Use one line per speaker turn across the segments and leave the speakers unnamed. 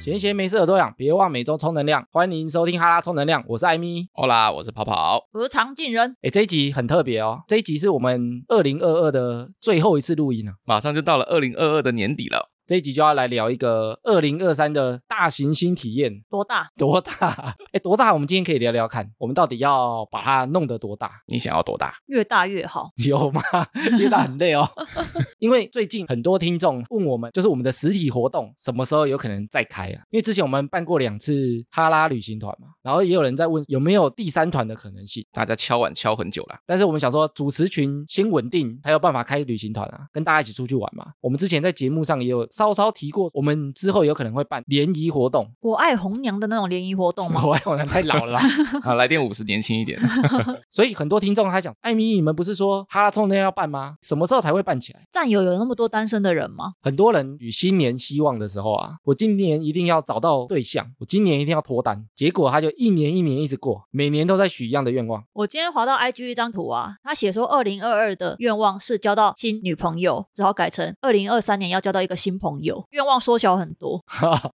闲闲没事的多养，别忘每周充能量。欢迎收听哈拉充能量，我是艾米。
好啦，我是跑跑，
我是常进人，
哎，这一集很特别哦，这一集是我们二零二二的最后一次录音啊。
马上就到了二零二二的年底了。
这一集就要来聊一个二零二三的大型新体验，
多大？
多大？哎，多大？我们今天可以聊聊看，我们到底要把它弄得多大？
你想要多大？
越大越好。
有吗？因为大很累哦。 因为最近很多听众问我们，就是我们的实体活动什么时候有可能再开啊？因为之前我们办过两次哈拉旅行团嘛，然后也有人在问有没有第三团的可能性。
大家敲碗敲很久 了，
但是我们想说，主持群先稳定，才有办法开旅行团啊，跟大家一起出去玩嘛。我们之前在节目上也有稍稍提过，我们之后有可能会办联谊活动。
我爱红娘的那种联谊活动 吗？
我我太老了啦，
好，来电五十年轻一点。
所以很多听众他讲，艾米，你们不是说哈拉冲那要办吗？什么时候才会办起来？
战友有那么多单身的人吗？
很多人与新年希望的时候啊，我今年一定要找到对象，我今年一定要脱单。结果他就一年一年一直过，每年都在许一样的愿望。
我今天滑到 IG 一张图啊，他写说二零二二的愿望是交到新女朋友，只好改成二零二三年要交到一个新朋友，愿望缩小很多。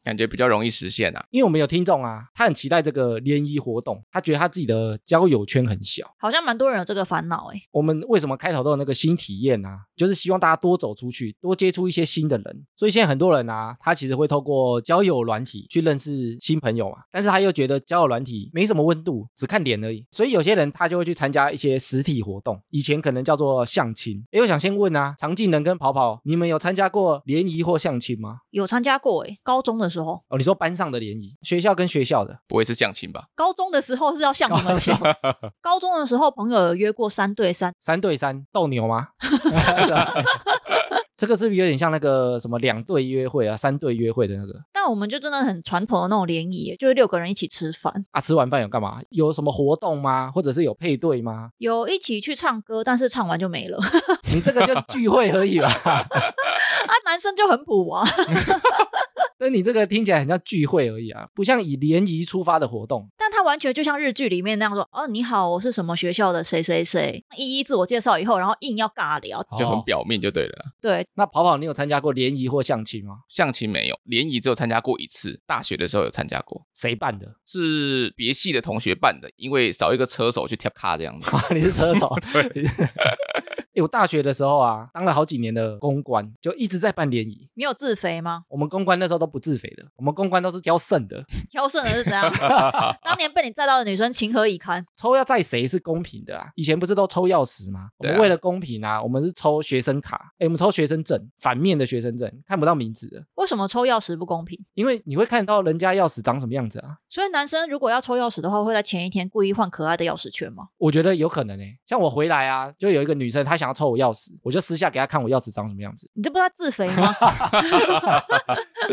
感觉比较容易实现啊。
因为我们有听众啊，他很期待这个联谊活动，他觉得他自己的交友圈很小。
好像蛮多人有这个烦恼哎。
我们为什么开头都有那个新体验啊？就是希望大家多走出去，多接触一些新的人。所以现在很多人啊，他其实会透过交友软体去认识新朋友嘛，但是他又觉得交友软体没什么温度，只看脸而已。所以有些人他就会去参加一些实体活动，以前可能叫做相亲。诶，我想先问啊，常进人跟跑跑，你们有参加过联谊或相亲吗？
有参加过哎，高中的时候，
哦，你说班上的联谊，学校跟学校的，
不会是相亲吧？
高中的时候是要向你们请。高中的时候，朋友有约过三对三，
三对三斗牛吗？ 是啊 这个是不是有点像那个什么两对约会啊，三对约会的那个
但我们就真的很传统的那种联谊，就是六个人一起吃饭，
啊？吃完饭有干嘛？有什么活动吗？或者是有配对吗？
有一起去唱歌，但是唱完就没了。
你这个就聚会而已吧。
啊，男生就很普啊，
那你这个听起来很像聚会而已啊，不像以联谊出发的活动。
但他完全就像日剧里面那样说：“哦，你好，我是什么学校的谁谁谁。”一一自我介绍以后，然后硬要尬聊。
就很
哦
表面就对了。
对，
那跑跑，你有参加过联谊或相亲吗？
相亲没有，联谊只有参加过一次，大学的时候有参加过，
谁办的？
是别系的同学办的，因为少一个车手去跳卡这 样子。
啊，你是车 手？对。欸我大学的时候啊，当了好几年的公关，就一直在办联谊。
你有自肥吗？
我们公关那时候都不自肥的，我们公关都是挑剩的，
挑剩的是怎样？ 当年被你载到的女生情何以堪？
抽要载谁是公平的啊啦。以前不是都抽钥匙吗？我
对啊
们为了公平啊，我们是抽学生卡，哎，我们抽学生证，反面的学生证看不到名字的，
为什么抽钥匙不公平？
因为你会看到人家钥匙长什么样子啊。
所以男生如果要抽钥匙的话，会在前一天故意换可爱的钥匙圈吗？
我觉得有可能诶、像我回来啊，就有一个女生她想要抽我钥匙，我就私下给她看我钥匙长什么样 子，
你这不是在自肥吗？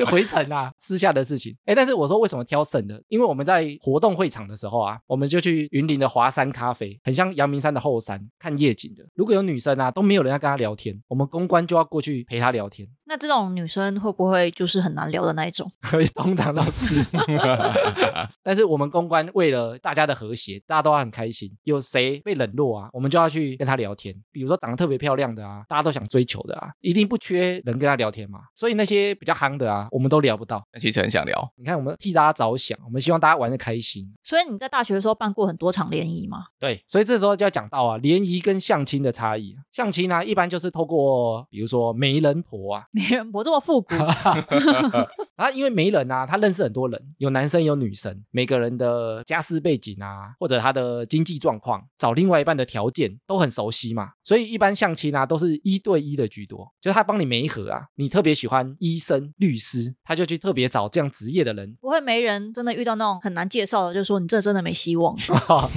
回程啊，私下的事情。哎，但是我说为什么挑省的？因为我们在活动会场的时候啊，我们就去云林的华山咖啡，很像阳明山的后山，看夜景的。如果有女生啊，都没有人要跟她聊天，我们公关就要过去陪她聊天。
那这种女生会不会就是很难聊的那一种？
通常都是， 但是我们公关为了大家的和谐，大家都要很开心。有谁被冷落啊，我们就要去跟他聊天。比如说长得特别漂亮的啊，大家都想追求的啊，一定不缺人跟他聊天嘛。所以那些比较夯的啊，我们都聊不到。
其实很想聊，
你看，我们替大家着想，我们希望大家玩的开心。
所以你在大学的时候办过很多场联谊吗？
对，所以这时候就要讲到啊，联谊跟相亲的差异。啊相亲呢、一般就是透过比如说媒人婆啊，
没人我这么复古，。
啊，因为媒人啊，他认识很多人，有男生有女生，每个人的家世背景啊，或者他的经济状况，找另外一半的条件都很熟悉嘛，所以一般相亲啊都是一对一的居多，就是他帮你媒合啊，你特别喜欢医生、律师，他就去特别找这样职业的人
不会没人真的遇到那种很难介绍的，就说你这真的没希望。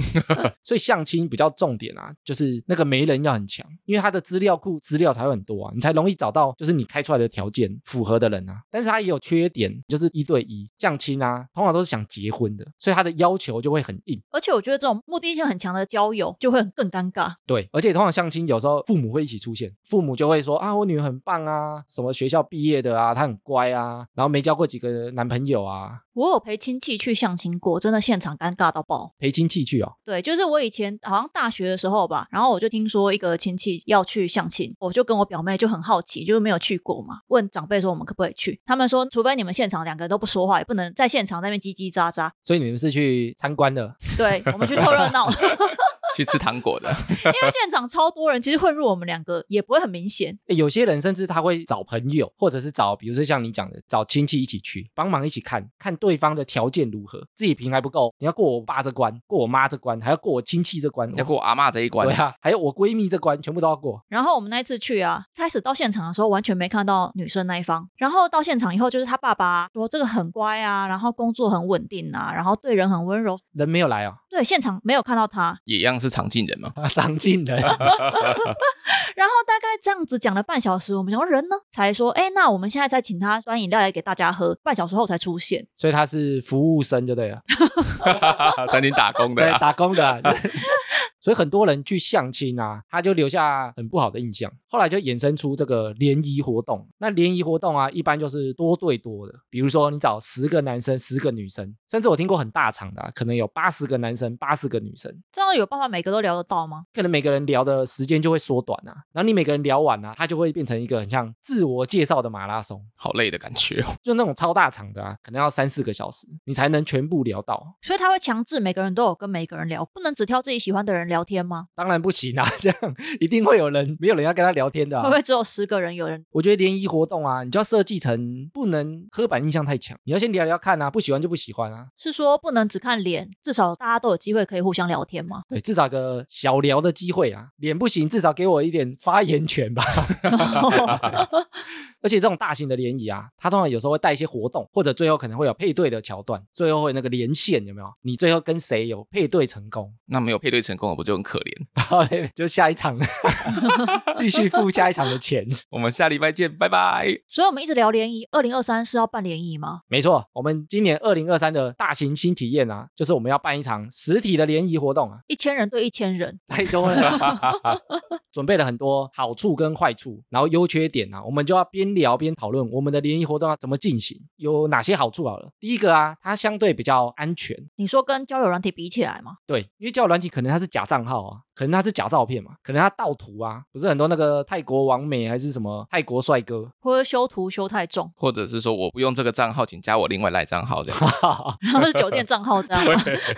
所以相亲比较重点啊，就是那个媒人要很强，因为他的资料库资料才会很多啊，你才容易找到就是你开出来的条件符合的人啊。但是他也有缺点，就是一对一相亲啊，通常都是想结婚的，所以他的要求就会很硬。
而且我觉得这种目的性很强的交友就会更尴尬。
对，而且通常相亲有时候父母会一起出现，父母就会说啊，我女儿很棒啊，什么学校毕业的啊，她很乖啊，然后没交过几个男朋友啊，
我有陪亲戚去相亲过，真的现场尴尬到爆。
陪亲戚去哦，
对，就是我以前好像大学的时候吧，然后我就听说一个亲戚要去相亲，我就跟我表妹就很好奇，就是没有去过嘛，问长辈说我们可不可以去？他们说，除非你们现场两个人都不说话，也不能在现场那边叽叽喳喳。
所以你们是去参观的，
对，我们去凑热闹，
去吃糖 果
哦
的，
因为现场超多人，其实混入我们两个也不会很明显。
诶有些人甚至他会找朋友，或者是找，比如说像你讲的，找亲戚一起去，帮忙一起看看对方的条件如何，自己平还不够，你要过我爸这关，过我妈这关，还要过我亲戚这关，
要过我阿嬷这一关
对。啊，还有我闺蜜这关，全部都要过。
然后我们那一次去啊，开始到现场的时候完全没看到女生那一方。然后到现场以后，就是他爸爸说这个很乖啊，然后工作很稳定啊，然后对人很温柔。
人没有来哦，
对，现场没有看到他。
也一样是常进人 嘛，
长进人，
然后大概这样子讲了半小时，我们想说人呢，才说哎，那我们现在再请他端饮料来给大家喝。半小时后才出现，
所以他是服务生就对了，
餐厅打 工的、
对，
啊，
打工的啊。所以很多人去相亲啊，他就留下很不好的印象。后来就衍生出这个联谊活动。那联谊活动啊，一般就是多对多的，比如说你找十个男生、十个女生，甚至我听过很大场的啊、可能有八十个男生、八十个女生。
这样有办法每个都聊得到吗？
可能每个人聊的时间就会缩短啊，然后你每个人聊完啊，它就会变成一个很像自我介绍的马拉松，
好累的感觉哦。
就那种超大场的啊，可能要三四个小时，你才能全部聊到。
所以他会强制每个人都有跟每个人聊，不能只挑自己喜欢的人聊天吗？
当然不行啊， 这样一定会有人没有人要跟他聊天的、
会不
啊。
会只有十个人有人？
我觉得联谊活动啊，你就要设计成不能刻板印象太强，你要先聊聊看啊，不喜欢就不喜欢啊，
是说不能只看脸，至少大家都有机会可以互相聊天吗？
对，至少个小聊的机会啊，脸不行，至少给我一点发言权吧。而且这种大型的联谊啊，它通常有时候会带一些活动，或者最后可能会有配对的桥段，最后会有那个连线有没有？你最后跟谁有配对成功？
那没有配对成功，我不就很可怜？
然后嘞就下一场 继续付下一场的钱。
我们下礼拜见，拜拜。
所以我们一直聊联谊，二零二三是要办联谊吗？
没错，我们今年二零二三的大型新体验啊，就是我们要办一场实体的联谊活动啊，
一千人对一千人，
太多了， 准备了很多好处跟坏处，然后优缺点啊，我们就要边聊边讨论我们的联谊活动要怎么进行，有哪些好处好了。第一个啊，它相对比较安全，
你说跟交友软体比起来吗？
对，因为交友软体可能它是假账号啊，可能它是假照片嘛，可能它盗图啊，不是很多那个泰国王美还是什么泰国帅哥，
或者修图修太重，
或者是说我不用这个账号，请加我另外来账号这 样。
然后是酒店账号这样吗？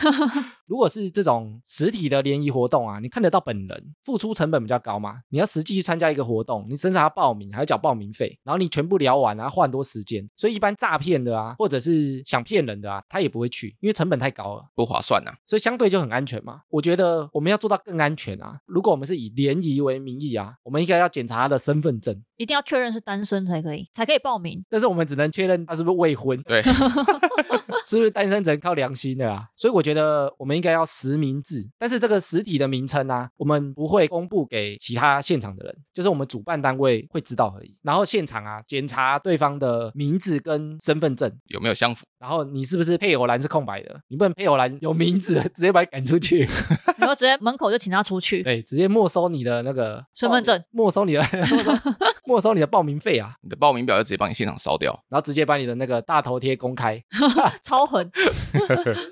如果是这种实体的联谊活动啊，你看得到本人，付出成本比较高嘛。你要实际去参加一个活动，你甚至还要报名，还要缴报名费，然后你全部聊完啊，花很多时间。所以一般诈骗的啊，或者是想骗人的啊，他也不会去，因为成本太高了，
不划算啊呐、
所以相对就很安全嘛。我觉得我们要做到更安全啊。如果我们是以联谊为名义啊，我们应该要检查他的身份证，
一定要确认是单身才可以，才可以报名。
但是我们只能确认他是不是未婚，
对，
是不是单身只能靠良心的啦？所以我觉得我们应该要实名制，但是这个实体的名称啊，我们不会公布给其他现场的人，就是我们主办单位会知道而已。然后现场啊，检查对方的名字跟身份证，
有没有相符？
然后你是不是配偶栏是空白的？你不能配偶栏有名字，直接把你赶出去，
然后直接门口就请他出去，
对，直接没收你的那个
身份证，
没收你的 没收没收你的报名费啊，
你的报名表就直接帮你现场烧掉，
然后直接把你的那个大头贴公开。
超狠。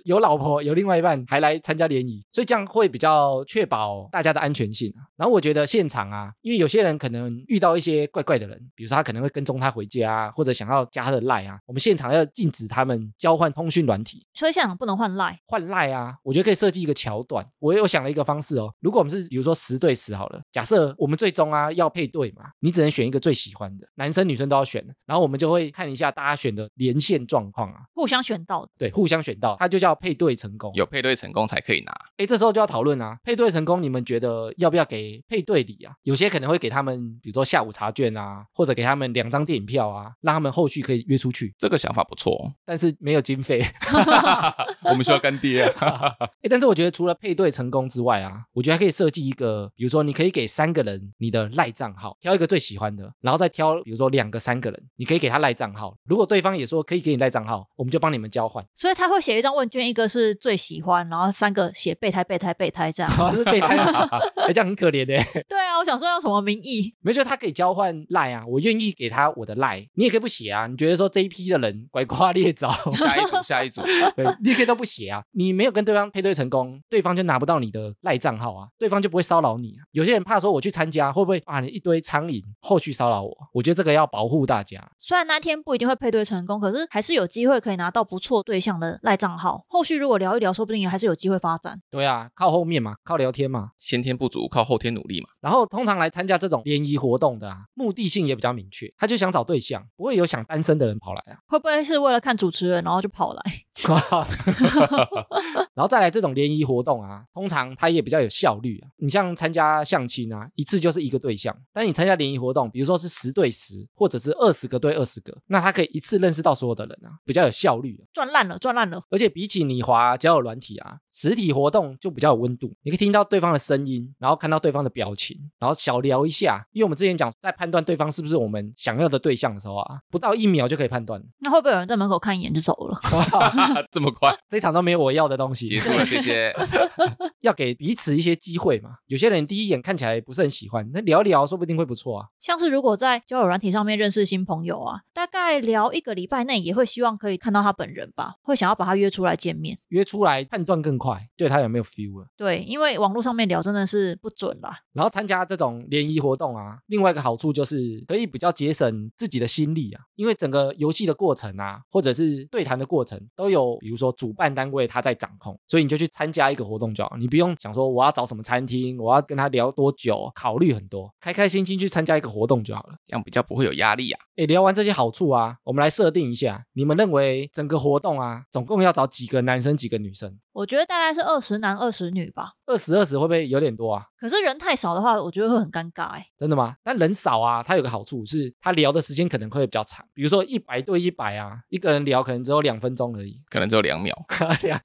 有老婆有另外一半还来参加联谊，所以这样会比较确保大家的安全性啊。然后我觉得现场啊，因为有些人可能遇到一些怪怪的人，比如说他可能会跟踪他回家啊，或者想要加他的赖啊，我们现场要禁止他们交换通讯软体。
所以现场不能换赖，
换赖啊，我觉得可以设计一个桥段。我有想了一个方式哦，如果我们是比如说十对十好了，假设我们最终啊要配对嘛，你只能选一个最喜欢的，男生女生都要选，然后我们就会看一下大家选的连线状况啊，
互相选到的。
对，互相选到，他就叫配对成功。
有配对成功才可以拿。
哎，这时候就要讨论啊，配对成功，你们觉得要不要给配对礼啊？有些可能会给他们，比如说下午茶券啊，或者给他们两张电影票啊，让他们后续可以约出去，
这个想法不错
但是没有经费。
哦，我们需要干爹、啊。
哎，但是我觉得除了配对成功之外啊，我我觉得还可以设计一个，比如说你可以给三个人你的赖账号，挑一个最喜欢的，然后再挑比如说两个三个人，你可以给他赖账号。如果对方也说可以给你赖账号，我们就帮你们交换。
所以他会写一张问卷，一个是最喜欢，然后三个写备胎、备胎、备胎这样。
好像是备胎，哎，这样很可怜的。
对啊，我想说要什么名义？
没觉得他可以交换赖啊，我愿意给他我的赖，你也可以不写啊。你觉得说这一批的人拐瓜裂枣，
下一组，下一 组，
对，你也可以都不写啊。你没有跟对方配对成功，对方就拿不到你的赖账号啊，对方就不会骚扰你啊。有些人怕说我去参加会不会啊，你一堆苍蝇后续骚扰我，我觉得这个要保护大家。
虽然那天不一定会配对成功，可是还是有机会可以拿到不错对象的赖账号。后续如果聊一聊，说不定也还是有机会发展。
对啊，靠后面嘛，靠聊天嘛。
先天不足，靠后天努力嘛。
然后通常来参加这种联谊活动的啊，目的性也比较明确，他就想找对象，不会有想单身的人跑来啊。
会不会是为了看主持人，然后就跑来？
然后再来这种联谊活动啊，通常它也比较有效率啊。你像参加相亲啊，一次就是一个对象，但你参加联谊活动，比如说是十对十，或者是二十个对二十个，那他可以一次认识到所有的人啊，比较有效率啊。
赚烂了，赚烂了。
而且比起你滑交友软体啊，实体活动就比较有温度，你可以听到对方的声音，然后看到对方的表情，然后小聊一下。因为我们之前讲，在判断对方是不是我们想要的对象的时候啊，不到一秒就可以判断了，
那会不会有人在门口看一眼就走了？
啊这么快
这场都没有我要的东西，
结束了，谢 谢。
要给彼此一些机会嘛。有些人第一眼看起来不是很喜欢，那聊一聊说不定会不错啊。
像是如果在交友软体上面认识新朋友啊，大概聊一个礼拜内，也会希望可以看到他本人吧，会想要把他约出来见面。
约出来判断更快，对他有没有 feel 了。
对，因为网络上面聊真的是不准啦。
然后参加这种联谊活动啊，另外一个好处就是可以比较节省自己的心力啊，因为整个游戏的过程啊，或者是对谈的过程，都有比如说主办单位他在掌控，所以你就去参加一个活动就好，你不用想说我要找什么餐厅，我要跟他聊多久，考虑很多，开开心心去参加一个活动就好了。
这样比较不会有压力啊。
诶，聊完这些好处啊，我们来设定一下，你们认为整个活动啊，总共要找几个男生，几个女生？
我觉得大概是二十男二十女吧。
二十二十会不会有点多啊？
可是人太少的话，我觉得会很尴尬哎、
真的吗？但人少啊，它有个好处是，它聊的时间可能会比较长。比如说一百对一百啊，一个人聊可能只有两分钟而已。
可能只有两秒。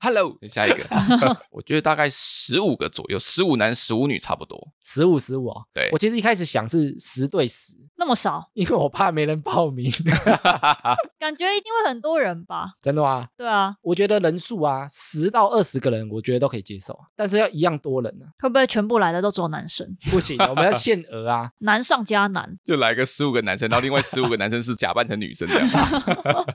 Hello，下一 个，我觉得大概十五个左右，十五男十五女差不多。
十五十五哦，
对
我其实一开始想是十对十，
那么少，
因为我怕没人报名。
感觉一定会很多人吧？
真的吗？
对啊，
我觉得人数啊，十到二十个人，我觉得都可以接受，啊但是要一样多人啊，
会不会全部来的都只有男生？
不行，我们要限额啊。
难上加难，
就来个十五个男生，然后另外十五个男生是假扮成女生这样。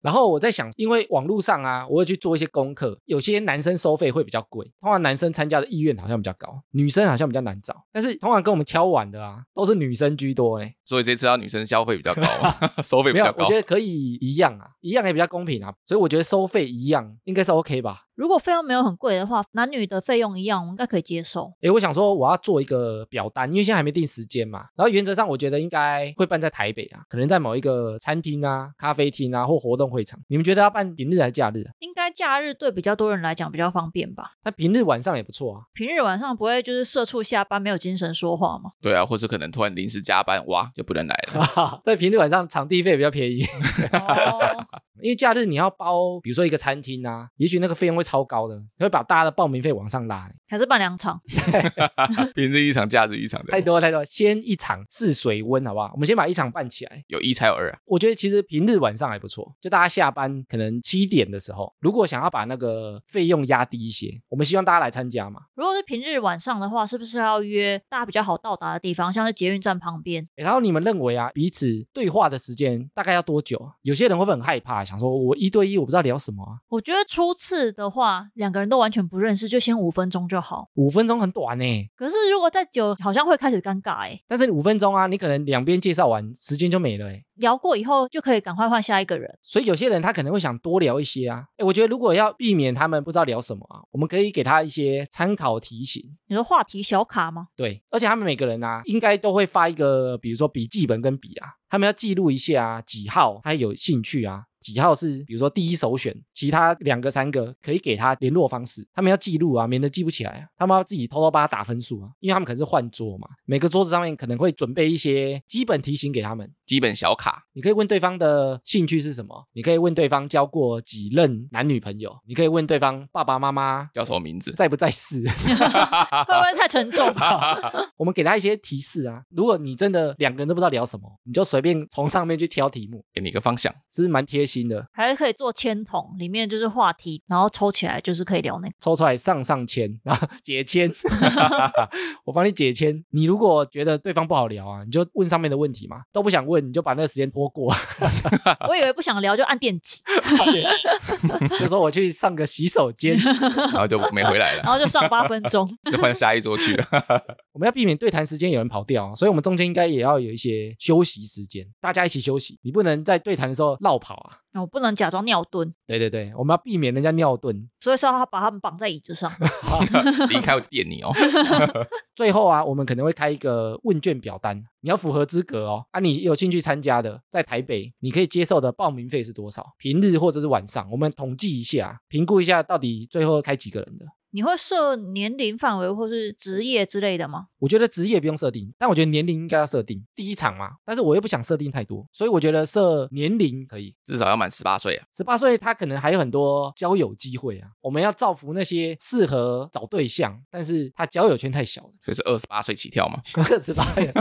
然后我在想，因为网络上啊，我会去做一些功课，有些男生收费会比较贵，通常男生参加的意愿好像比较高，女生好像比较难找。但是通常跟我们挑碗的啊，都是女生居多嘞。
所以这次要女生消费比较高啊， 收费
没
比
有
较，高
我觉。得可以一样啊，一样也比较公平啊，所以我觉得收费一样应该是 OK 吧。
如果费用没有很贵的话，男女的费用一样，我应该可以接受。
诶，我想说我要做一个表单，因为现在还没定时间嘛。然后原则上我觉得应该会办在台北啊，可能在某一个餐厅啊、咖啡厅啊或活动会场。你们觉得要办平日还是假日啊？
应该假日对比较多人来讲比较方便吧？
那平日晚上也不错啊。
平日晚上不会就是社畜下班没有精神说话吗？
对啊，或是可能突然临时加班，哇，就不能来了。
在啊平日晚上场地费比较便宜，
哦，
因为假日你要包，比如说一个餐厅啊，也许那个费用会超高的，会把大家的报名费往上拉。欸
还是办两场，
平日一场，假日一场
太
的，
多太多，先一场试水温好不好？我们先把一场办起来。
有一才有二啊。
我觉得其实平日晚上还不错，就大家下班可能七点的时候，如果想要把那个费用压低一些，我们希望大家来参加嘛。
如果是平日晚上的话，是不是要约大家比较好到达的地方，像是捷运站旁边？
诶然后你们认为啊，彼此对话的时间大概要多久啊？有些人会不会很害怕，想说我一对一我不知道聊什么啊？
我觉得初次的话，两个人都完全不认识，就先五分钟就好。
五分钟很短呢、欸
可是如果再久，好像会开始尴尬哎、
但是五分钟啊，你可能两边介绍完，时间就没了、欸。
聊过以后就可以赶快换下一个人。
所以有些人他可能会想多聊一些啊。哎，我觉得如果要避免他们不知道聊什么啊，我们可以给他一些参考题型。
你说话题小卡吗？
对，而且他们每个人啊，应该都会发一个，比如说笔记本跟笔啊，他们要记录一下啊，几号他有兴趣啊。几号是比如说第一首选，其他两个三个可以给他联络方式，他们要记录啊，免得记不起来啊，他们要自己偷偷帮他打分数啊，因为他们可能是换桌嘛，每个桌子上面可能会准备一些基本题型给他们。
基本小卡，
你可以问对方的兴趣是什么，你可以问对方交过几任男女朋友，你可以问对方爸爸妈妈
叫什么名字？
在不在世，
会不会太沉重？
我们给他一些提示啊。如果你真的两个人都不知道聊什么，你就随便从上面去挑题目，
给你一个方向。
是不是蛮贴心的？
还可以做签筒，里面就是话题，然后抽起来就是可以聊那个。
抽出来上上签， 然后解签，我帮你解签。你如果觉得对方不好聊啊，你就问上面的问题嘛，都不想问，你就把那个时间拖过，
我以为不想聊就按电击，
就说我去上个洗手间。
然后就没回来
然
了，
后就上八分钟。
就换下一桌去了。
我们要避免对谈时间有人跑掉啊，所以我们中间应该也要有一些休息时间，大家一起休息。你不能在对谈的时候绕跑啊。
我不能假装尿遁，
对对对，我们要避免人家尿遁。
所以是要把他们绑在椅子上。
离开我电你哦，
最后啊，我们可能会开一个问卷表单，你要符合资格哦。啊，你有兴趣参加的，在台北你可以接受的报名费是多少？平日或者是晚上，我们统计一下，评估一下到底最后开几个人的。
你会设年龄范围或是职业之类的吗？
我觉得职业不用设定，但我觉得年龄应该要设定。第一场嘛，但是我又不想设定太多，所以我觉得设年龄可以。
至少要满十八岁啊。
十八岁他可能还有很多交友机会啊，我们要造福那些适合找对象，但是他交友圈太 小
所以是二十八岁起跳嘛？
了。十八岁，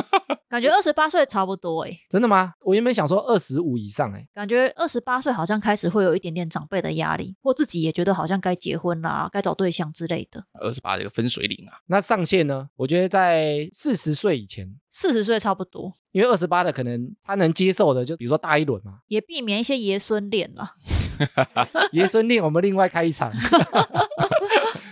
感觉二十八岁差不多诶、
真的吗？我原本想说二十五以上、欸，哎，
感觉二十八岁好像开始会有一点点长辈的压力，或自己也觉得好像该结婚啦、该找对象之类的。
二十八这个分水岭啊，
那上限呢？我觉得在四十岁以前，
四十岁差不多，
因为二十八的可能他能接受的，就比如说大一轮嘛，
也避免一些爷孙恋啦。
爷孙恋我们另外开一场，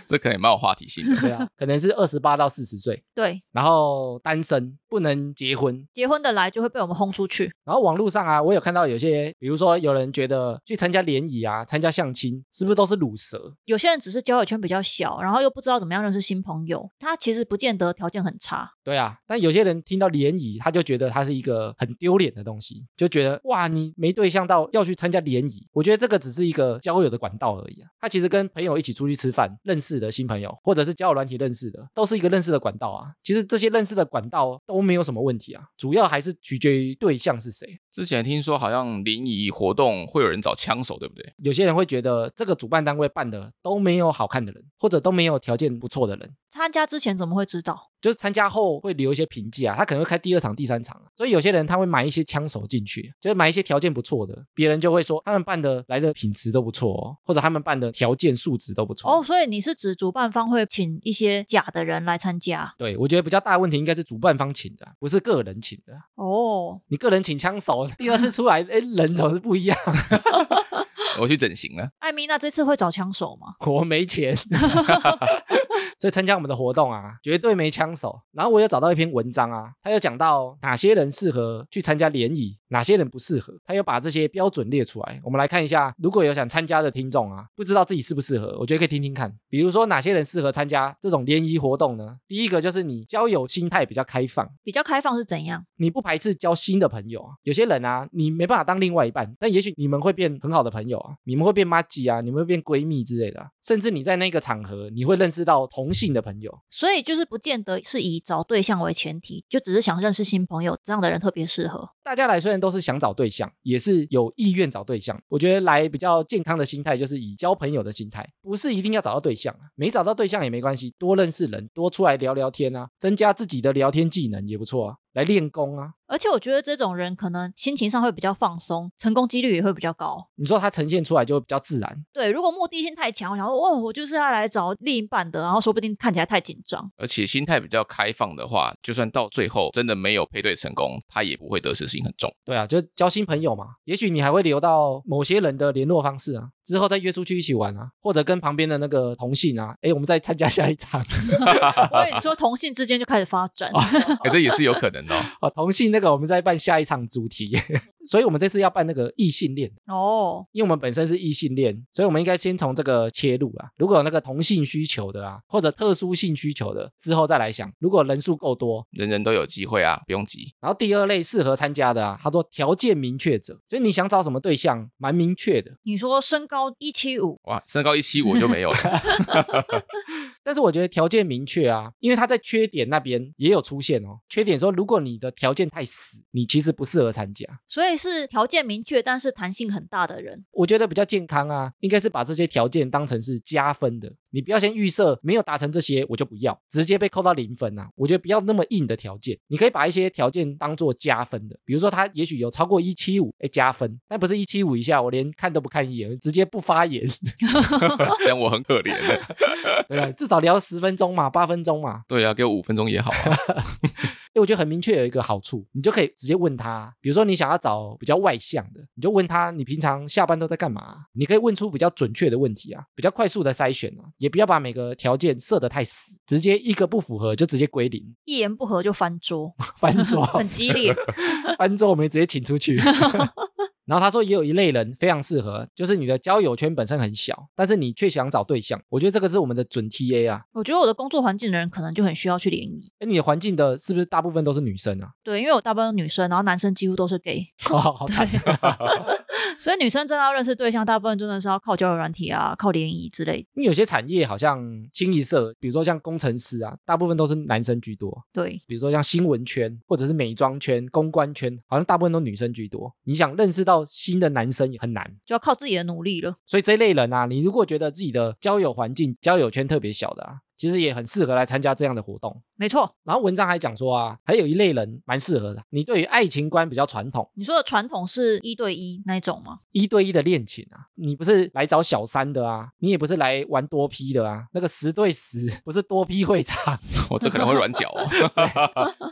这可能也蛮有话题性的。
对啊，可能是二十八到四十岁，
对，
然后单身不能结婚。
结婚的来就会被我们轰出去。
然后网络上啊，我有看到有些，比如说有人觉得去参加联谊啊、参加相亲，是不是都是卤蛇？
有些人只是交友圈比较小，然后又不知道怎么样认识新朋友，他其实不见得条件很差。
对啊，但有些人听到联谊，他就觉得它是一个很丢脸的东西，就觉得哇，你没对象到要去参加联谊。我觉得这个只是一个交友的管道而已啊。他其实跟朋友一起出去吃饭认识的新朋友，或者是交友软体认识的，都是一个认识的管道啊。其实这些认识的管道都没有什么问题啊，主要还是取决于对象是谁。
之前听说好像联谊活动会有人找枪手，对不对？
有些人会觉得这个主办单位办的都没有好看的人，或者都没有条件不错的人，
参加之前怎么会知道？
就是参加后会留一些评价、啊，他可能会开第二场、第三场啊、所以有些人他会买一些枪手进去，就是买一些条件不错的，别人就会说他们办的来的品质都不错哦，或者他们办的条件素质都不错。
哦，所以你是指主办方会请一些假的人来参加？
对，我觉得比较大的问题应该是主办方请的，啊不是个人请的。啊
哦，
你个人请枪手，第二次出来，哎，人总是不一样。
我去整形了，
艾米娜这次会找枪手吗？
我没钱， 所以参加我们的活动啊，绝对没枪手。然后我有找到一篇文章啊，他有讲到哪些人适合去参加联谊，哪些人不适合，他有把这些标准列出来。我们来看一下，如果有想参加的听众啊，不知道自己适不适合，我觉得可以听听看。比如说哪些人适合参加这种联谊活动呢？第一个就是你交友心态比较开放，
比较开放是怎样？
你不排斥交新的朋友啊。有些人啊，你没办法当另外一半，但也许你们会变很好的朋友啊，你们会变妈吉啊，你们会变闺蜜之类的啊、甚至你在那个场合，你会认识到同性的朋友。
所以就是不见得是以找对象为前提，就只是想认识新朋友，这样的人特别适合。
大家来虽然都是想找对象，也是有意愿找对象。我觉得来比较健康的心态就是以交朋友的心态，不是一定要找到对象啊，没找到对象也没关系，多认识人，多出来聊聊天啊，增加自己的聊天技能也不错啊，来练功啊。
而且我觉得这种人可能心情上会比较放松，成功几率也会比较高。
你说它呈现出来就会比较自然，
对，如果目的性太强，我想说哦，我就是要来找另一半的，然后说不定看起来太 紧张。
而且心态比较开放的话，就算到最后真的没有配对成功，他也不会得失心很重。
对啊，就交新朋友嘛，也许你还会留到某些人的联络方式啊，之后再约出去一起玩啊，或者跟旁边的那个同性啊，哎，我们再参加下一场
我跟你说，同性之间就开始发展。
哎，这也是有可能的哦、
哦，同性那个我们再办下一场主题。 所以我们这次要办那个异性恋，
哦，
因为我们本身是异性恋，所以我们应该先从这个切入啊。如果有那个同性需求的啊，或者特殊性需求的，之后再来想。如果人数够多，
人人都有机会啊，不用急。
然后第二类适合参加的啊，他说条件明确者，就是你想找什么对象，蛮明确的。
你说身高一七五，
哇，身高一七五就没 有了，
但是我觉得条件明确啊，因为他在缺点那边也有出现哦。缺点说，如果你的条件太死，你其实不适合参加。
所以是条件明确但是弹性很大的人。
我觉得比较健康啊，应该是把这些条件当成是加分的。你不要先预设没有达成这些我就不要，直接被扣到零分啊！我觉得不要那么硬的条件，你可以把一些条件当做加分的，比如说他也许有超过一七五，哎加分，但不是一七五以下，我连看都不看一眼，直接不发言，
这样我很可怜的。
对吧？至少聊十分钟嘛，八分钟嘛，
对啊，给我五分钟也好啊。
哎，我觉得很明确有一个好处，你就可以直接问他，比如说你想要找比较外向的，你就问他你平常下班都在干嘛、你可以问出比较准确的问题啊，比较快速的筛选啊，也不要把每个条件设得太死，直接一个不符合就直接归零，
一言不合就翻桌，
翻桌，
很激 烈。
翻桌我们直接请出 去。然后他说，也有一类人非常适合，就是你的交友圈本身很小，但是你却想找对象。我觉得这个是我们的准 TA 啊。
我觉得我的工作环境的人可能就很需要去联谊，
哎，你的环境的是不是大部分都是女生啊？
对，因为我大部分都女生，然后男生几乎都是 gay，
哦，好惨。
所以女生真的要认识对象，大部分真的是要靠交友软体啊，靠联谊之类的。
因为有些产业好像清一色，比如说像工程师啊，大部分都是男生居多。
对，
比如说像新闻圈或者是美妆圈、公关圈，好像大部分都女生居多。你想认识到新的男生也很难，
就要靠自己的努力了。
所以这类人啊，你如果觉得自己的交友环境、交友圈特别小的啊，其实也很适合来参加这样的活动。
没错，
然后文章还讲说啊，还有一类人蛮适合的，你对于爱情观比较传统，
你说的传统是一对一那一种吗？
一对一的恋情啊，你不是来找小三的啊，你也不是来玩多批的啊，那个十对十 不是多批会场，
我这可能会软脚哦。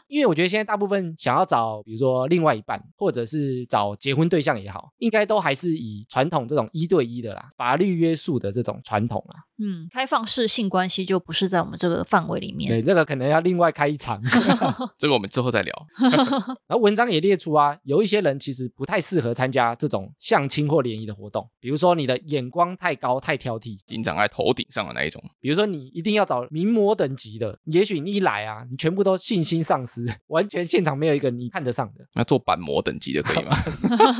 因为我觉得现在大部分想要找，比如说另外一半，或者是找结婚对象也好，应该都还是以传统这种一对一的啦，法律约束的这种传统啊。
嗯，开放式性关系就不是在我们这个范围里面。
对，这个可能要另外开一场。
这个我们之后再聊。
然后文章也列出啊，有一些人其实不太适合参加这种相亲或联谊的活动，比如说你的眼光太高、太挑剔，
警长在头顶上的那一种，
比如说你一定要找名模等级的，也许你一来啊，你全部都信心丧失， 完全现场没有一个你看得上的。
那做板模等级的可以吗？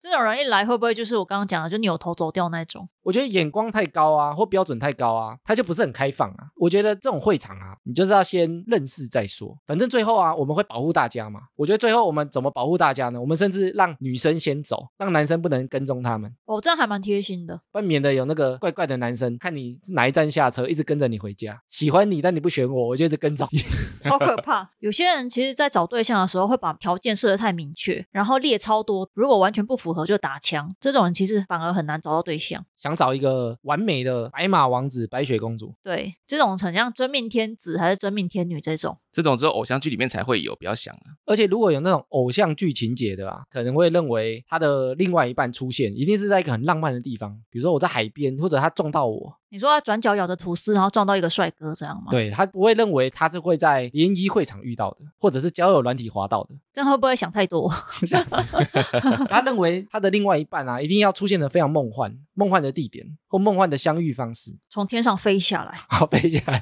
这种人一来，会不会就是我刚刚讲的，就扭头走掉那种？
我觉得眼光太高啊，或标准太高啊，他就不是很开放啊。我觉得这种会场啊，你就是要先认识再说。反正最后啊，我们会保护大家嘛。我觉得最后我们怎么保护大家呢？我们甚至让女生先走，让男生不能跟踪他们，
哦，这样还蛮贴心的。
不然免得有那个怪怪的男生看你哪一站下车，一直跟着你回家。喜欢你，但你不选我，我就一直跟踪你。
超可怕。有些人其实，在找对象的时候会把条件设得太明确，然后列超多，如果完全不符合就打枪。这种人其实反而很难找到对象。
想找一个完美的白马王子、白雪公主，
对，这种很像真命天子还是真命天女这种。
这种只有偶像剧里面才会有，不要想啊。
而且如果有那种偶像剧情节的啊，可能会认为他的另外一半出现，一定是在一个很浪漫的地方，比如说我在海边，或者他撞到我，
你说他转角咬着吐司，然后撞到一个帅哥，这样吗？，
对他不会认为他是会在联谊会场遇到的，或者是交友软体滑到的，
这样会不会想太多？
他认为他的另外一半啊，一定要出现的非常梦幻，梦幻的地点或梦幻的相遇方式，
从天上飞下来，
好背下来。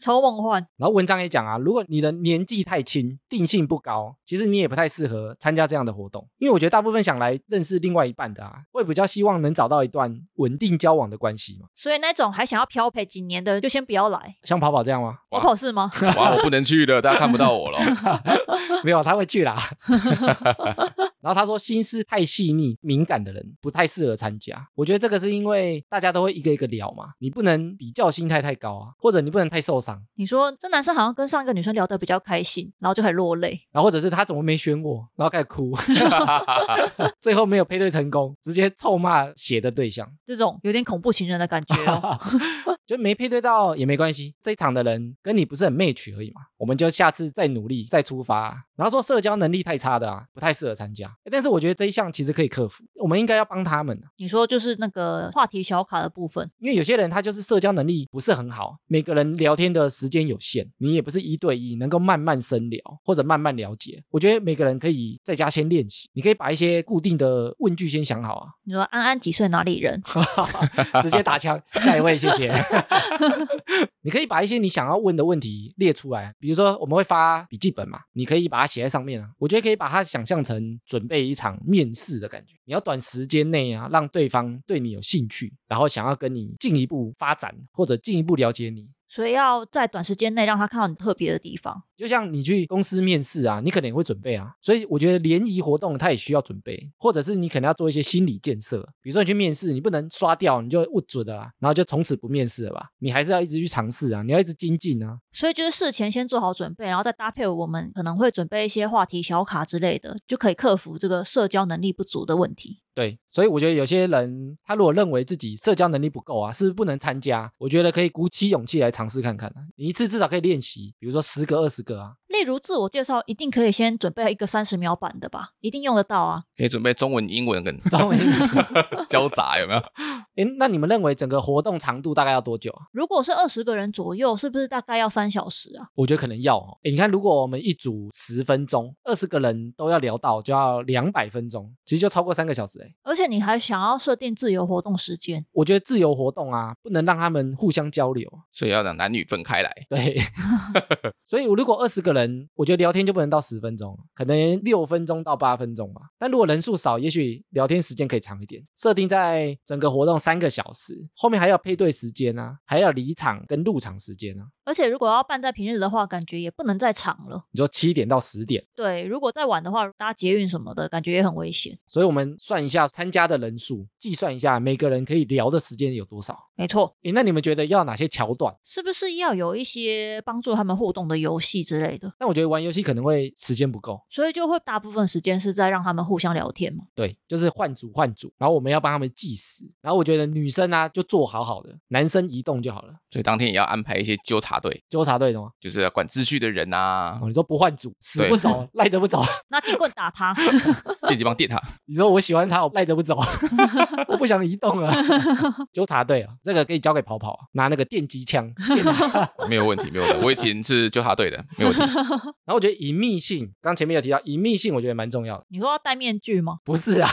超梦幻。
然后文章也讲啊，如果你的年纪太轻，定性不高，其实你也不太适合参加这样的活动，因为我觉得大部分想来认识另外一半的啊，会比较希望能找到一段稳定交往的关系嘛，
所以那种还想要漂培几年的，就先不要来。
像跑跑这样吗？
我
哇
跑是吗？
哇，我不能去了，大家看不到我了。
没有，他会去啦。 然后他说，心思太细腻、敏感的人不太适合参加。我觉得这个是因为大家都会一个一个聊嘛，你不能比较心态太高啊，或者你不能太受伤，
你说这男生好像跟上一个女生聊得比较开心，然后就很落泪。
然后或者是他怎么没选我，然后开始哭， 最后没有配对成功，直接臭骂写的对象。
这种有点恐怖情人的感觉哦。
就没配对到也没关系，这一场的人跟你不是很 match 而已嘛，我们就下次再努力再出发、啊。然后说社交能力太差的啊，不太适合参加。诶但是我觉得这一项其实可以克服，我们应该要帮他们、啊，
你说就是那个话题小卡的部分，
因为有些人他就是社交能力不是很好，每个人聊天的时间有限，你也不是一对一能够慢慢深聊或者慢慢了解。我觉得每个人可以在家先练习，你可以把一些固定的问句先想好啊，
你说安安几岁哪里人？
直接打枪，下一位，谢谢。 你可以把一些你想要问的问题列出来，比如说我们会发笔记本嘛，你可以把它写在上面啊。我觉得可以把它想象成准备一场面试的感觉，你要短时间内啊，让对方对你有兴趣，然后想要跟你进一步发展或者进一步了解你。
所以要在短时间内让他看到你特别的地方。
就像你去公司面试啊，你可能也会准备啊，所以我觉得联谊活动它也需要准备，或者是你可能要做一些心理建设，比如说你去面试，你不能刷掉你就误准了啊，然后就从此不面试了吧，你还是要一直去尝试啊，你要一直精进啊，
所以就是事前先做好准备，然后再搭配我们可能会准备一些话题小卡之类的，就可以克服这个社交能力不足的问题。
对，所以我觉得有些人他如果认为自己社交能力不够啊，是不是不能参加？我觉得可以鼓起勇气来尝试看看啊。你一次至少可以练习，比如说十个、二十个啊。
例如自我介绍，一定可以先准备一个三十秒版的吧，一定用得到啊。
可以准备中文、英文跟
中文英
交杂，有没有？
诶，那你们认为整个活动长度大概要多久啊？
如果是二十个人左右，是不是大概要三小时啊？
我觉得可能要哦。诶，你看，如果我们一组十分钟，二十个人都要聊到，就要两百分钟，其实就超过三个小时诶。欸
而且你还想要设定自由活动时间，
我觉得自由活动啊，不能让他们互相交流。啊
所以要让男女分开来。
对，所以我如果二十个人，我觉得聊天就不能到十分钟，可能六分钟到八分钟吧。但如果人数少，也许聊天时间可以长一点，设定在整个活动三个小时，后面还要配对时间啊，还要离场跟入场时间啊。
而且如果要办在平日的话，感觉也不能再长了。
你说七点到十点，
对，如果再晚的话，搭捷运什么的，感觉也很危险。
所以我们算一下参加的人数，计算一下每个人可以聊的时间有多少。
没错，
诶，那你们觉得要哪些桥段？
是不是要有一些帮助他们互动的游戏之类的？
那我觉得玩游戏可能会时间不够，
所以就会大部分时间是在让他们互相聊天嘛。
对，就是换组换组，然后我们要帮他们计时，然后我觉得女生啊就坐好好的，男生移动就好了，
所以当天也要安排一些纠察队，
纠察队的吗？
就是要管秩序的人啊
哦，，你说不换组，死
对
不走，赖着不走。
拿警棍打 他，
电击棒电他，
你说我喜欢他，我赖着不走， 我不想移动了。 纠察队啊，这个可以交给跑跑啊，拿那个电击枪。 电他
没有问题，没有问题。我以前是纠察队的，没有问题。
然后我觉得隐秘性，刚前面有提到隐秘性，我觉得蛮重要的。
你说要戴面具吗？
不是啊，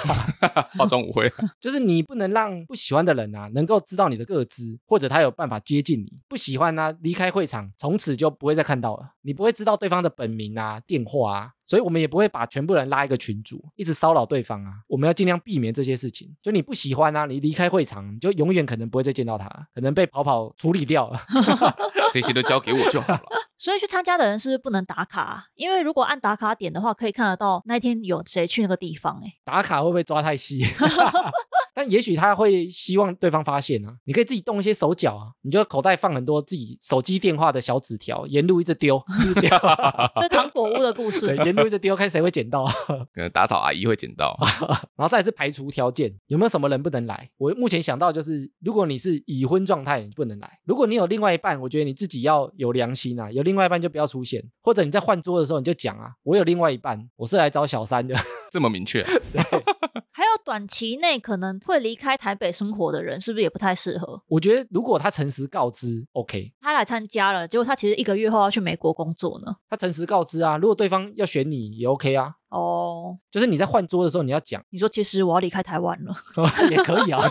化妆舞会，
就是你不能让不喜欢的人啊，能够知道你的个资，或者他有办法接近你。不喜欢啊，离开会场，从此就不会再看到了。你不会知道对方的本名啊、电话啊，所以我们也不会把全部人拉一个群组，一直骚扰对方啊。我们要尽量避免这些事情。就你不喜欢啊，你离开会场，你就永远可能不会再见到他，可能被跑跑处理掉了。
这些都交给我就好了。
所以去参加的人是不是不能打卡、啊？因为如果按打卡点的话，可以看得到那一天有谁去那个地方、欸。 哎，
打卡会不会抓太细？ 但也许他会希望对方发现啊，你可以自己动一些手脚啊，你就口袋放很多自己手机电话的小纸条，沿路一直丢，一直丢，
这是糖果屋的故
对
事，，
沿路一直丢，看谁会捡到。啊
可能打扫阿姨会捡到，
然后再来是排除条件，有没有什么人不能来？我目前想到就是，如果你是已婚状态，你不能来；如果你有另外一半，我觉得你自己要有良心啊，有另外一半就不要出现，或者你在换桌的时候你就讲啊，我有另外一半，我是来找小三的。
这么明确啊、
还有短期内可能会离开台北生活的人，是不是也不太适合？
我觉得如果他诚实告知，OK，
他来参加了，结果他其实一个月后要去美国工作呢。
他诚实告知啊，如果对方要选你也 OK 啊，
哦，
就是你在换桌的时候你要讲
你说其实我要离开台湾了，
也可以啊。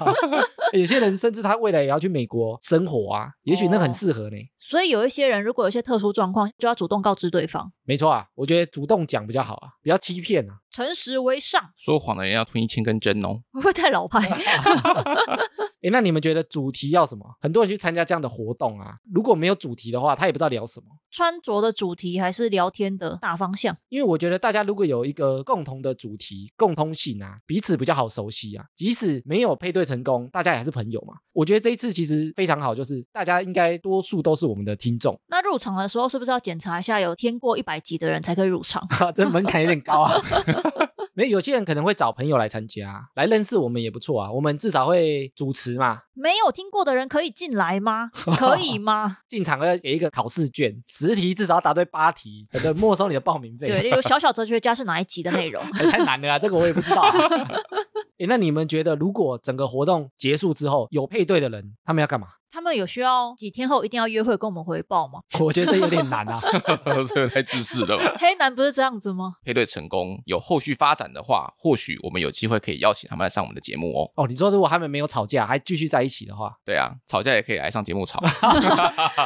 有些人甚至他未来也要去美国生活啊，也许那很
哦
适合呢。
所以有一些人如果有一些特殊状况，就要主动告知对方，
没错啊，我觉得主动讲比较好啊，不要欺骗啊。
诚实为上，
说谎的人要吞一千根针哦。
会不会太老派？
诶，欸那你们觉得主题要什么？很多人去参加这样的活动啊，如果没有主题的话，他也不知道聊什么。
穿着的主题还是聊天的大方向？
因为我觉得大家如果有一个共同的主题、共通性啊，彼此比较好熟悉啊。即使没有配对成功，大家也还是朋友嘛。我觉得这一次其实非常好，就是大家应该多数都是我们的听众
那入场的时 候是不是要检查一下有听过一百集的人才可以入场？
啊，这门槛有点高啊。 没有有些人可能会找朋友来参加，啊来认识我们也不错啊。我们至少会主持嘛，
没有听过的人可以进来吗？可以 吗？
进场要给一个考试卷，十题至少要答对八题，可能没收你的报名费。
对，例如《小小哲学家》是哪一集的内容？
哎太难了啊，这个我也不知道、啊。 哎，那你们觉得，如果整个活动结束之后有配对的人，他们要干嘛？
他们有需要几天后一定要约会跟我们回报吗？
我觉得这有点难啊。
这个太自私了吧。
黑男不是这样子吗？
配对成功有后续发展的话，或许我们有机会可以邀请他们来上我们的节目哦。
哦，你说如果他们没有吵架，还继续在一起的话，
对啊，吵架也可以来上节目吵，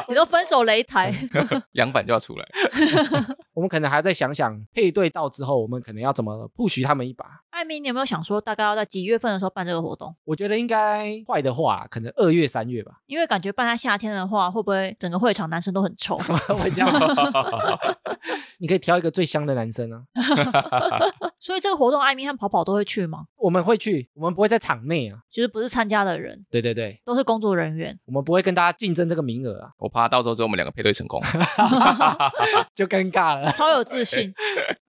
你都分手擂台，
杨反就要出来。
我们可能还要再想想配对到之后，我们可能要怎么 push 他们一把。
艾米，你有没有想说大概要在几月份的时候办这个活动？
我觉得应该坏的话，可能二月、三月吧。
因为感觉办在夏天的话，会不会整个会场男生都很臭？
会这样吗， 你可以挑一个最香的男生啊。
所以这个活动，艾米和跑跑都会去吗？
我们会去，我们不会在场内啊。
就是不是参加的人，
对对对，
都是工作人员。
我们不会跟大家竞争这个名额啊，
我怕到时候只有我们两个配对成功。
就尴尬了。
超有自 信，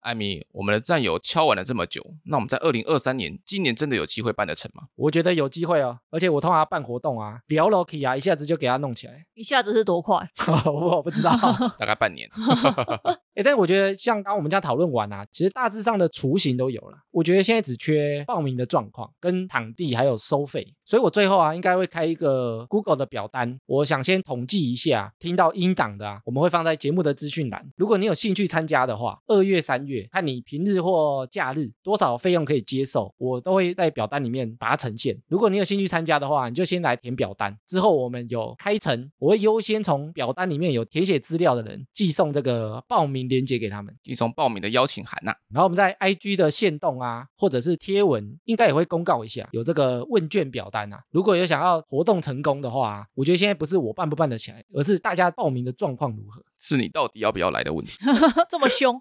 艾米，我们的战友敲完了这么久，那我们在二零二三年，今年真的有机会办得成吗？
我觉得有机会哦，而且我通常办活动啊，聊 Loki 啊，一下子就给他弄起来。
一下子是多快？
我我不知道，
大概半年。
哎，但是我觉得像刚刚我们这样讨论完啊，其实大致上的雏形都有了。我觉得现在只缺报名的状况、跟场地还有收费，所以我最后啊应该会开一个 Google 的表单，我想先统计一下听到音档的啊，我们会放在节目的资讯栏。如果你有兴趣参加的话，二月、三月看你平日或假日多少费用可以接受，我都会在表单里面把它呈现。如果你有兴趣参加的话，你就先来填表单，之后我们有开程，我会优先从表单里面有填写资料的人寄送这个报名链接给他们。
一种报名的邀请函啊呐、
然后我们在 IG 的线动啊，或者是贴文，应该也会公告一下有这个问卷表单啊。如果有想要活动成功的话、啊，我觉得现在不是我办不办得起来，而是大家报名的状况如何。
是你到底要不要来的问题。
这么凶，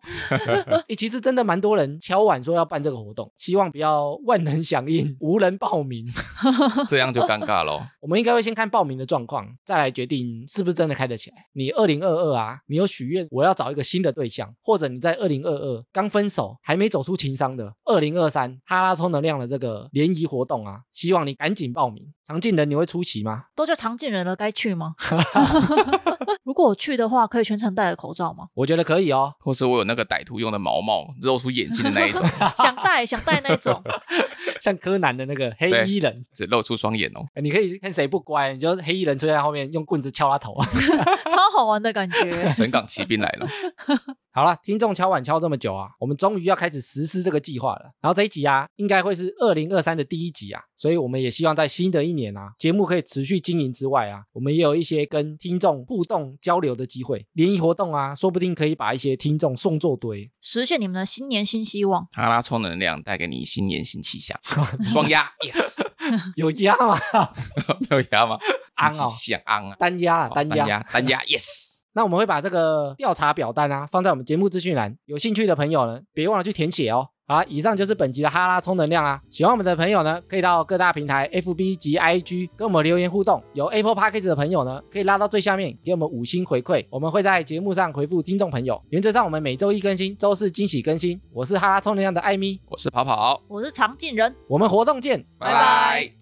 诶，其实真的蛮多人敲碗说要办这个活动，希望不要万人响应，无人报名。
这样就尴尬喽。
我们应该会先看报名的状况，再来决定是不是真的开得起来。你二零二二啊，你有许愿我要找一个新的对象，或者你在二零二二刚分手还没走出情伤的，二零二三哈拉充能量的这个联谊活动啊，希望你赶紧报名。常进人你会出席吗？
都叫常进人了，该去 吗？ 如果我去的话，可以全程戴着口罩吗？
我觉得可以哦。
或是我有那个歹徒用的毛毛露出眼睛的那 一种，
想戴想戴那 种，
像柯南的那个黑
对
衣人，
只露出双眼哦。
哎你可以看谁不乖，你就黑衣人追在后面用棍子敲他头。啊
超好玩的感觉。
神港骑兵来了，
好了，听众敲碗敲这么久啊，我们终于要开始实施这个计划了。然后这一集啊，应该会是二零二三的第一集啊，所以我们也希望在新的一年啊，节目可以持续经营之外啊，我们也有一些跟听众互动交流的机会，联谊活动啊，说不定可以把一些听众送作堆。
实现你们的新年新希望，
哈拉充能量带给你新年新气象，
哦
双压 yes，
有压啊吗？
没有压吗？
昂哦
新气象昂啊，
单压啊，
好
单压。
压单压 yes。
那我们会把这个调查表单啊放在我们节目资讯栏，有兴趣的朋友呢，别忘了去填写哦。好啦，以上就是本集的哈拉充能量啦。喜欢我们的朋友呢，可以到各大平台 FB 及 IG 跟我们留言互动。有 Apple Podcast 的朋友呢，可以拉到最下面给我们五星回馈，我们会在节目上回复听众朋友。原则上我们每周一更新，周四惊喜更新。我是哈拉充能量的艾米，
我是跑跑，
我是常进人。
我们活动见。
拜拜